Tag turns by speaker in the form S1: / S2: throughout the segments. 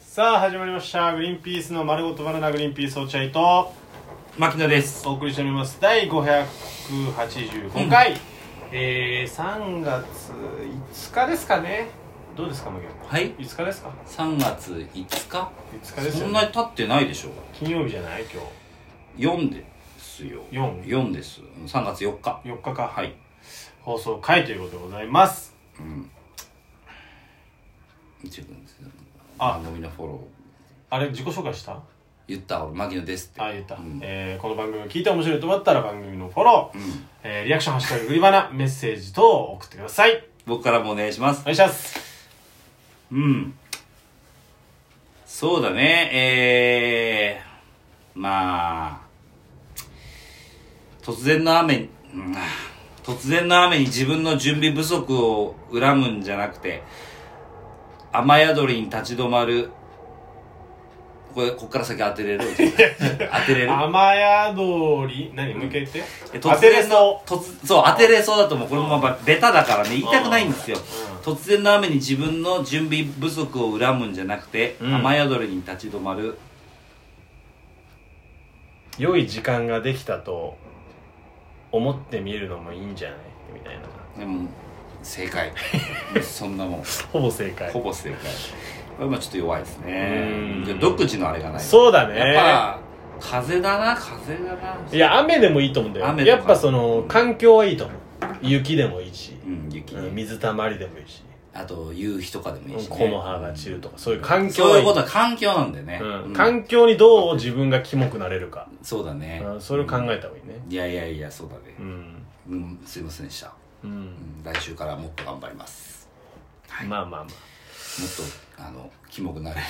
S1: さあ始まりました「グリーンピースの丸ごとバナナグリーンピースお茶い」と
S2: 牧野です
S1: お送りしております第585回、えー、3月5日ですかねどうですか麦野
S2: はい
S1: 5日ですか
S2: 3月5日
S1: 5日です
S2: そ
S1: よ、
S2: んな
S1: ね、
S2: に経ってないでしょ
S1: 金曜日じゃない今
S2: 4ですよ
S1: 四
S2: 4です3月4日
S1: 日4日か
S2: はい
S1: 放送回ということでございます
S2: 一応ですよ
S1: あ
S2: 番組のフォロ
S1: あれ自己紹介した
S2: ー言った俺牧野ですって
S1: あ言った、
S2: うん
S1: えーこの番組を聞いて面白いと思ったら番組のフォロー、えーリアクション「ハッシュタググリバナ」メッセージ等を送ってください
S2: 僕からもお願いします
S1: お願いします
S2: うん。そうだね、えー、まあ、突然の雨、うん突然の雨に自分の準備不足を恨むんじゃなくて、雨宿りに立ち止まる、これ、こっから先当て れる当てれる
S1: 雨宿り何もう一回言って
S2: え
S1: 当
S2: 突
S1: てれ
S2: 然
S1: そ
S2: の突そう当てれそうだと思うこれもまあベタだからね言いたくないんですよ
S1: う
S2: 突然の雨に自分の準備不足を恨むんじゃなくて、
S1: うん
S2: 雨宿りに立ち止まる
S1: う良い時間ができたと思ってみるのもいいんじゃないみたいな
S2: でも正解 そんなもん
S1: ほぼ正解
S2: ほぼ正解これもちょっと弱いです
S1: う
S2: ね
S1: ん
S2: じゃあ独自のあれがない
S1: そうだね
S2: やっぱ風だな風だない
S1: や雨でもいいと思うんだよ
S2: 雨とか
S1: やっぱその環境はいいと思う雪でもいいし、
S2: うん雪、
S1: うん水たまりでもいいし
S2: あと夕日とかでもいいし、ね、
S1: 木の葉が散るとかそういう環境
S2: そう
S1: はいいう
S2: ことは環境なんだよね、
S1: うん
S2: うん
S1: 環境にどう自分がキモくなれるか、
S2: そうだね、
S1: うんそれを考えた方がいいね
S2: いやいやいやそうだね、
S1: うん、
S2: うん、すいませんでした、
S1: う
S2: うんん、来週からもっと頑張ります
S1: まあまあま
S2: もっとあのキモくなれる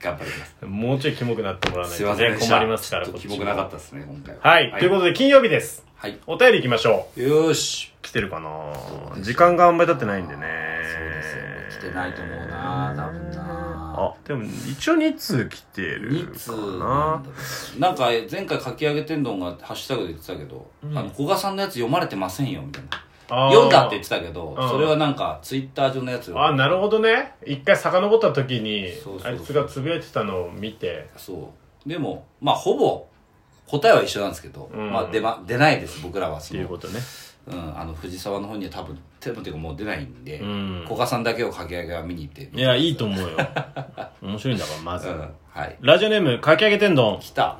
S2: 頑張り ます
S1: あもうちょいキモくなってもらわない
S2: すい
S1: と
S2: ません
S1: ね
S2: でした
S1: 困りますから
S2: ちょっ
S1: ことっち
S2: キ
S1: も
S2: モくなかったですね今回
S1: はい、ということで金曜日です
S2: はい、
S1: お便りいきましょ
S2: よーし
S1: う来てるかな
S2: うですよ
S1: 時間があんまり経ってないんでね
S2: そうですよね来てないと思うな多分な
S1: あでも一応2通来てる
S2: 2
S1: か
S2: 通
S1: な
S2: なんか前回かき揚げ天丼がハッシュタグで言ってたけど、あの古賀さんのやつ読まれてませんよみたいな
S1: あー
S2: 読んだって言ってたけど、
S1: うん
S2: それはなんかツイッター上のやつ
S1: あなるほどね一回遡った時に
S2: そうそうそう
S1: あいつがつぶやいてたのを見て
S2: そうでもまあほぼ答えは一緒なんですけど、
S1: うん
S2: まあ出,、ま、出ないです僕らは
S1: っ
S2: そ
S1: ていう
S2: の
S1: ことね
S2: うん、あの藤沢の方には多分テもていうかもう出ないんで、
S1: うん
S2: 古賀さんだけをかき揚げは見に行って
S1: いやいいと思 うよ面白いんだからまず、
S2: うんはい
S1: ラジオネームかき揚げ天丼
S2: 来た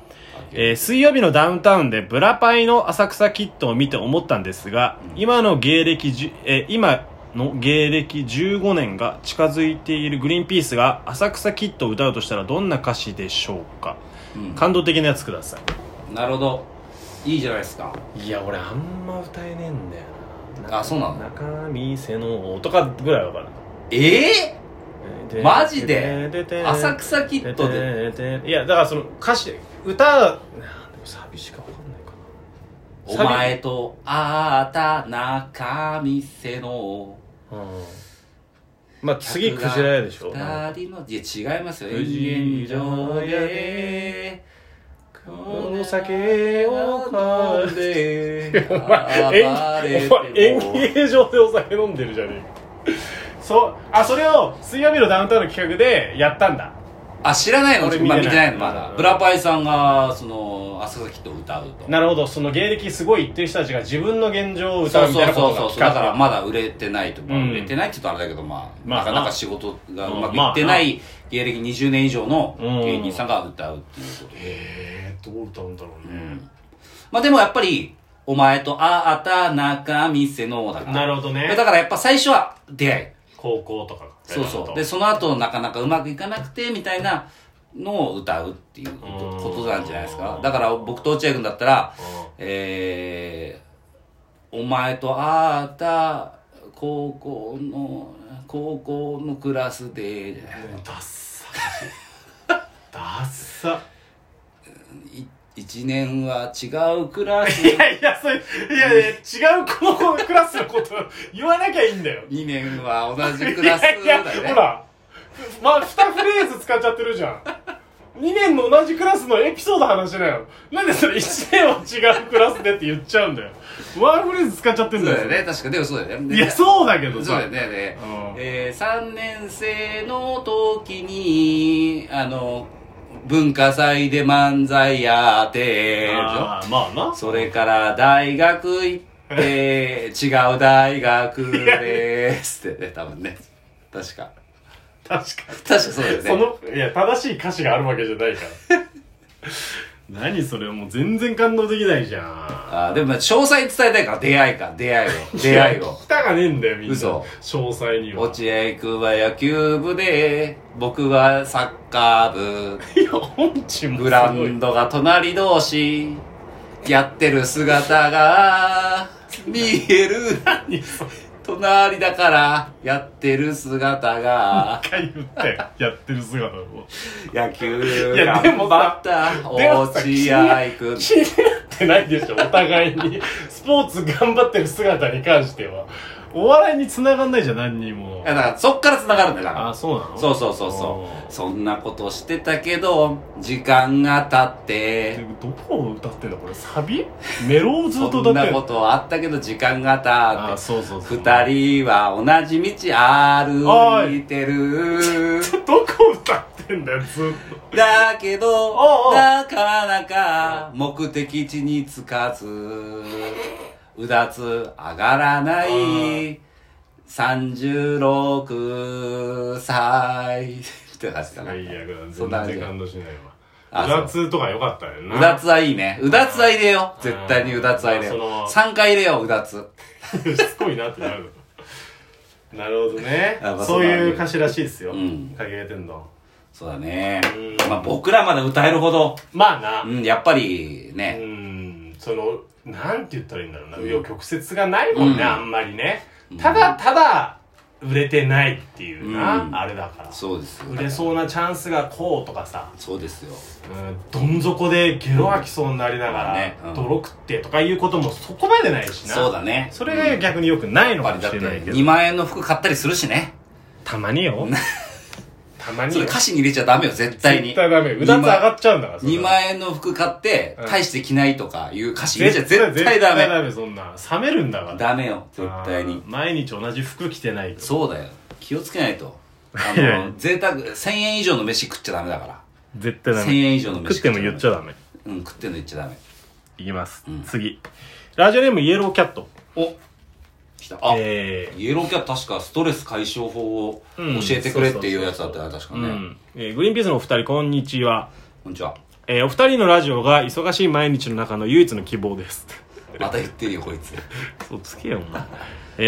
S1: えー水曜日のダウンタウンでブラパイの浅草キットを見て思ったんですが、今の芸歴じゅ、えー今の芸歴15年が近づいているグリーンピースが浅草キットを歌うとしたらどんな歌詞でしょうか
S2: うん
S1: 感動的なやつくださ
S2: なるほどいいじゃないですか
S1: いいや俺あんま歌えねえんだよ
S2: なあそうなの
S1: 中見せのとかぐらいわかる
S2: ええマジで浅草キットで
S1: でいやだからその歌詞歌う寂しかわかんないかな
S2: お前と会った中見せの
S1: うんまあ次クジラ屋でしょ
S2: 二人のいや違いますよ
S1: クジ
S2: 演
S1: ラ
S2: 芸場
S1: や
S2: で
S1: でこの酒を飲んで
S2: で
S1: お前演芸お前演芸場でお酒飲んでるじゃねえそうあそれを水曜日のダウンタウンの企画でやったんだ
S2: あ知らないの
S1: 俺
S2: まあ
S1: 見
S2: 見
S1: て
S2: て
S1: な
S2: ないいのまだ
S1: うん
S2: ブラパイさんがその浅草キッドを歌うと
S1: なるほどその芸歴すごい言ってる人たちが自分の現状を歌
S2: そうう
S1: み
S2: そ
S1: た
S2: う
S1: いなこ
S2: そ
S1: と
S2: う
S1: が
S2: そう
S1: 企
S2: だ
S1: 画
S2: からまだ売れてないとまあ
S1: うん
S2: 売れてないって言うとあれだけどまあ
S1: まあ
S2: なかなか仕事がうまく
S1: まあ
S2: いってない芸歴20年以上の芸人さんが歌うっていうことで
S1: えー、どう歌うんだろう
S2: うんまあでもやっぱり「お前とああた中見せの」だから
S1: なるほどね
S2: だからやっぱ最初は出会い
S1: 高校とか
S2: そうそうでその後なかなかうまくいかなくてみたいなのを歌うっていうこと
S1: うん
S2: ことなんじゃないですかだから僕と落合君だったらえーお前と会った高校の高校のクラスで
S1: ダッサダッサ
S2: い一年は違うクラ ス
S1: いやいや、そういう、いやいや、違う高校のクラスのこと言わなきゃいいんだよ。
S2: 二年は同じクラス
S1: いやいや
S2: だね
S1: ほら、まあ、二フレーズ使っちゃってるじゃん。 2年の同じクラスのエピソード話しなよなんでそれ1年は違うクラスでって言っちゃうんだよワンフレーズ使っちゃって
S2: そ
S1: ん
S2: う
S1: だよ
S2: だよね確かでもそうだよね
S1: いやそうだけど
S2: そう
S1: さ
S2: だよねね
S1: うん
S2: えー、3年生の時にあの文化祭で漫才やってでしょ
S1: あーまあな
S2: それから大学行って、違う大学でーすってね、多分ね。確か。
S1: 確か
S2: 確かそうだよ
S1: に
S2: ね。
S1: そのいや正しい歌詞があるわけじゃないから 何それもう全然感動できないじゃん
S2: あーでもまあ詳細伝えたいから、出会いか、出会いを、出会いを
S1: 聞。きたがねえんだよみんな
S2: 嘘
S1: 詳細には
S2: 落合君は野球部で、僕はサッカー部。
S1: いや音痴もすごい
S2: グラウンドが隣同士、やってる姿が、見える。
S1: 何それ
S2: 隣だから、やってる姿が。
S1: 一回言ってやってる姿を
S2: 野球
S1: いやでもさ
S2: 頑張った
S1: で
S2: 落
S1: も
S2: 合
S1: さ
S2: 君
S1: 気になってないでしょお互いにスポーツ頑張ってる姿に関してはお笑いに繋がんないじゃん何にも
S2: いやだからそっから繋がるんだよだ
S1: あ
S2: か
S1: そうなの
S2: らそうそうそうそうそんなことしてたけど時間が経って
S1: うどこを歌ってんだこれサビメロをずっと歌
S2: そん
S1: って
S2: な
S1: る
S2: ことあったけど時間が経
S1: あ
S2: って
S1: そうそうそう
S2: 二人は同じ道歩いてる
S1: どこ歌ってんだよずっ
S2: だけど
S1: おうおう
S2: なかなか目的地に着かずうだつ上がらな
S1: あー
S2: い36歳 って感じだ
S1: と
S2: な
S1: 最悪だ
S2: そんな
S1: 全
S2: 感じ
S1: 然感動しないわ
S2: あ
S1: うだつとかよかったよな
S2: うだつはいいねうだつは入れよ
S1: あー
S2: う絶対にうだつは入れよう
S1: まあその
S2: 3回入れよううだつ
S1: しつこいなってなるなるほどね
S2: やっぱそう
S1: そういう
S2: だね
S1: 歌詞らしいですよ
S2: うん
S1: 影げてんの
S2: そうだね
S1: うん
S2: まあ僕らまで歌えるほど
S1: まあな
S2: うんやっぱり
S1: う
S2: ね
S1: んそのなんて言ったらいいんだろうな紆余曲折がないもんね
S2: うん
S1: あんまりねただただ売れてないっていう
S2: うん
S1: なあれだから
S2: そうです
S1: 売れそうなチャンスがこうとかさ
S2: そうですよ
S1: うんどん底でゲロ吐きそうになりながら、
S2: ねうん
S1: 泥食ってとかいうこともそこまでないしな
S2: そうだね
S1: それが逆によくないの
S2: やっ
S1: か
S2: ぱ
S1: もし
S2: りだっ
S1: てれないけど、
S2: 2万円の服買ったりするしね
S1: たまに よたまに
S2: そ
S1: よ
S2: れ歌詞に入れちゃダメよ絶対に
S1: 絶対ダメうだつ上がっちゃうんだからそれ
S2: 2万円の服買って
S1: うん
S2: 大して着ないとかいう歌詞入れちゃ絶対ダ
S1: 絶
S2: メ
S1: そんな冷めるんだから
S2: ダメよ絶対
S1: あー
S2: に
S1: 毎日同じ服着てないと
S2: そうだよ気をつけないとあ
S1: いやいや
S2: の贅沢1000円以上の飯食っちゃダメだか
S1: 絶対
S2: ら
S1: ダ
S2: 1000
S1: メ
S2: 円以上の飯
S1: 食っても言っちゃ
S2: ゃ
S1: ダメ
S2: ダメうん食っても言っちゃダメ
S1: いきます、
S2: うん
S1: 次ラジオネームイエローキャット
S2: お来たあ
S1: えー
S2: イエローキャット確かストレス解消法を教
S1: うん
S2: えてくれっていうやつだったよね確か
S1: う
S2: ね
S1: んえーグリーンピースのお二人こんにちは
S2: こんにちは
S1: えーお二人のラジオが忙しい毎日の中の唯一の希望です
S2: また言ってるよこいつ
S1: そうつけよお前、えー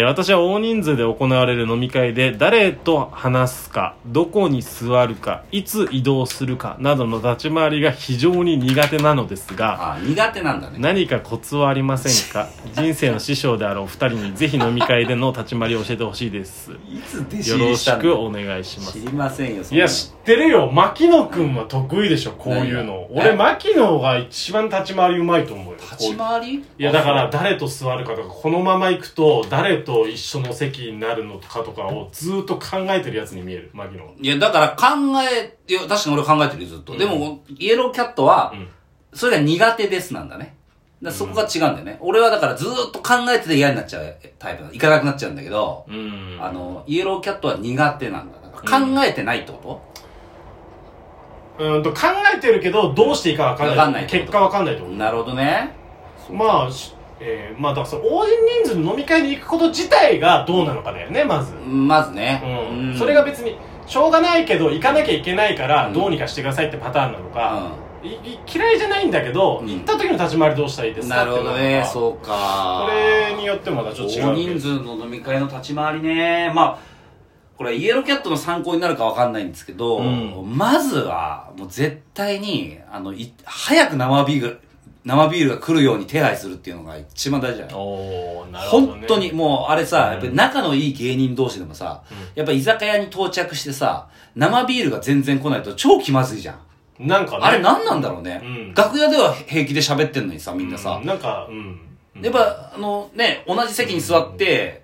S1: 私は大人数で行われる飲み会で誰と話すかどこに座るかいつ移動するかなどの立ち回りが非常に苦手なのですが
S2: あ苦手なんだね
S1: 何かコツはありませんか人生の師匠であるお二人にぜひ飲み会での立ち回りを教えてほしいですよ
S2: いつ弟子入
S1: ろ
S2: りし
S1: したく
S2: の
S1: お願いします
S2: 知りませんよそ
S1: い
S2: んな
S1: や
S2: の
S1: 知ってるよ牧野君は得意でしょこういうの俺
S2: 何が
S1: 牧野が一番立ち回りうまいと思うよ
S2: 立ち回り
S1: いやだから誰と座るかとかこのまま行くと誰と一緒の席になるのかとかをずっと考えてるやつに見える牧野
S2: いや、だから考え、いや、確かに俺考えてるよ、ずっと。でも、イエローキャットは、
S1: うん
S2: それが苦手ですなんだね。だからそこが違うんだよね。俺はだからずっと考えてて嫌になっちゃうタイプなの。行かなくなっちゃうんだけど、
S1: うん
S2: あの、イエローキャットは苦手なんだ。だから考えてないってこ
S1: うんと考えてるけどどうしていいか分かんない
S2: わかんないってこと
S1: 結果分かんないと
S2: と、
S1: 思
S2: なるほどね。
S1: うまあしえー、まあだからその大人数の飲み会に行くこと自体がどうなのかだよねまず、
S2: まずね。
S1: うん
S2: うん
S1: それが別にしょうがないけど行かなきゃいけないから
S2: うん
S1: どうにかしてくださいってパターンなの
S2: う
S1: か、
S2: ん
S1: いい嫌いじゃないんだけど、
S2: うん
S1: 行った時の立ち回りどうしたらいいですか
S2: な
S1: って
S2: る
S1: い
S2: ほ
S1: うの
S2: ど
S1: が
S2: ね、そうか。
S1: これによってもまたちょっと違う
S2: 大
S1: わけ
S2: 人数の飲み会の立ち回りねまあこれイエローキャットの参考になるかわかんないんですけど、
S1: うん
S2: まずはもう絶対にあのい早く生ビール生ビールが来るように手配するっていうのが一番大事だよ
S1: おーなるほど、ね、
S2: 本当にもうあれさ、やっぱり仲のいい芸人同士でもさ、
S1: うん
S2: やっぱ居酒屋に到着してさ生ビールが全然来ないと超気まずいじゃん
S1: なんかね
S2: あれ何なんだろうね、
S1: うん
S2: 楽屋では平気で喋ってんのにさみんなさ、
S1: うんなんかうん
S2: やっぱ、あのね、同じ席に座って、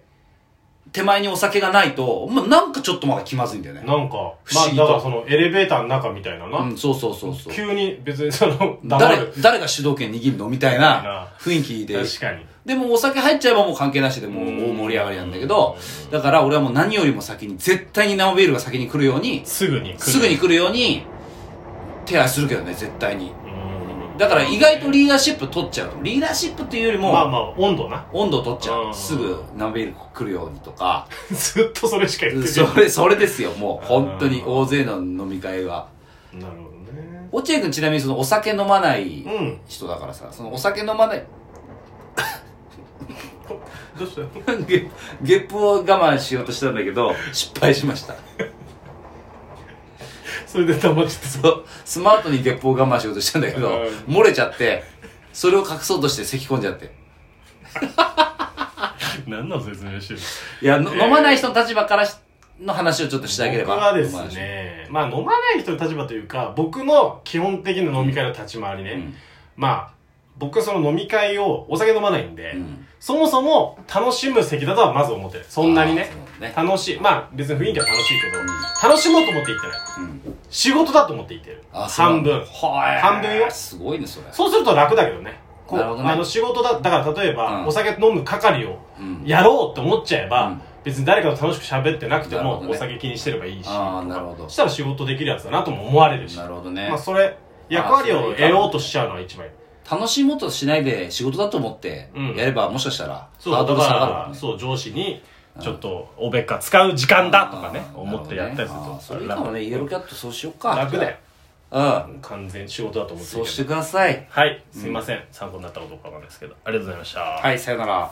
S2: 手前にお酒がないと、まあ、なんかちょっとまだ気まずいんだよね。
S1: なんか、
S2: 不
S1: ま
S2: 思
S1: あ、
S2: 議と
S1: だからそのエレベーターの中みたいなな。
S2: うん、そうそうそうそう。
S1: 急に別にその、黙
S2: 誰
S1: る。、
S2: 誰が主導権握るのみたいな雰囲気で。
S1: 確かに。
S2: でもお酒入っちゃえばもう関係なしでもう大盛り上がりなんだけど、だから俺はもう何よりも先に、絶対に生ビールが先に来るように、
S1: すぐに来る。
S2: すぐに来るように、手配するけどね、絶対に。
S1: うん。
S2: だから意外とリーダーシップ取っちゃうと。リーダーシップっていうよりも、
S1: まあまあ、温度な。
S2: 温度取っちゃ
S1: うん
S2: う。すぐ生ビール来るようにとか。
S1: ずっとそれしか言 ってない。
S2: それ、それですよ、もう。
S1: うん
S2: 本当に大勢の飲み会は。
S1: なるほどね。
S2: 落合くんちなみにそのお酒飲まない
S1: うん。
S2: 人だからさ、そのお酒飲まない、
S1: どうした の
S2: ゲゲップを我慢しようとしたんだけど、失敗しました。
S1: それで黙って そ
S2: そうスマートにゲップを我慢しようとしたんだけど
S1: うん、
S2: 漏れちゃって、それを隠そうとして咳き込んじゃって。
S1: う。何の説明してる
S2: いや、の飲まない人の立場からしの話をちょっとしてあげれば。
S1: 僕はです
S2: 飲まない人
S1: ね、まあ飲まない人の立場というか、僕の基本的な飲み会の立ち回りね。
S2: うん
S1: まあ、僕はその飲み会をお酒飲まないんで、
S2: うん
S1: そもそも楽しむ席だとはまず思ってる。そんなにね。
S2: あーそう
S1: 楽しい。まあ別に雰囲気は楽しいけど、
S2: ん
S1: 楽しもうと思って行ってない。
S2: うん
S1: 仕事だと思って行ってる。
S2: あそう
S1: 半分。
S2: はい
S1: 半分よ
S2: すごいね、それ。
S1: そうすると楽だけどね。こう
S2: なるほどね
S1: あの仕事だ、だから例えば、
S2: うん
S1: お酒飲む係を
S2: うん
S1: やろうって思っちゃえば、
S2: うん
S1: 別に誰かと楽しく喋ってなくて
S2: なるほ
S1: も、
S2: ど
S1: お
S2: ね
S1: 酒気にしてればいいし、
S2: ああ、なるほど
S1: そし。たら仕事できるやつだなとも思われるし。
S2: なるほどね
S1: まあ。それ、役割を得ようとしちゃうのは一番いい。
S2: 楽しもうとしないで仕事だと思って
S1: うん
S2: やればもしかしたら
S1: そう、
S2: ハ
S1: だ
S2: ードル下がる
S1: か
S2: もん
S1: ら、
S2: ね
S1: そう、上司に、ちょっと、おべっか使う時間だとかね
S2: あ、ー
S1: 思ってやったりする
S2: なほどねあ
S1: と
S2: ー。それいいかもねイエローキャットそうしようか
S1: 楽だよ。
S2: うん
S1: 完全に仕事だと思ってる
S2: そう
S1: けど
S2: してください
S1: はい、すいません。参考になったことかわかんないですけど、ありがとうございました。
S2: はいさよなら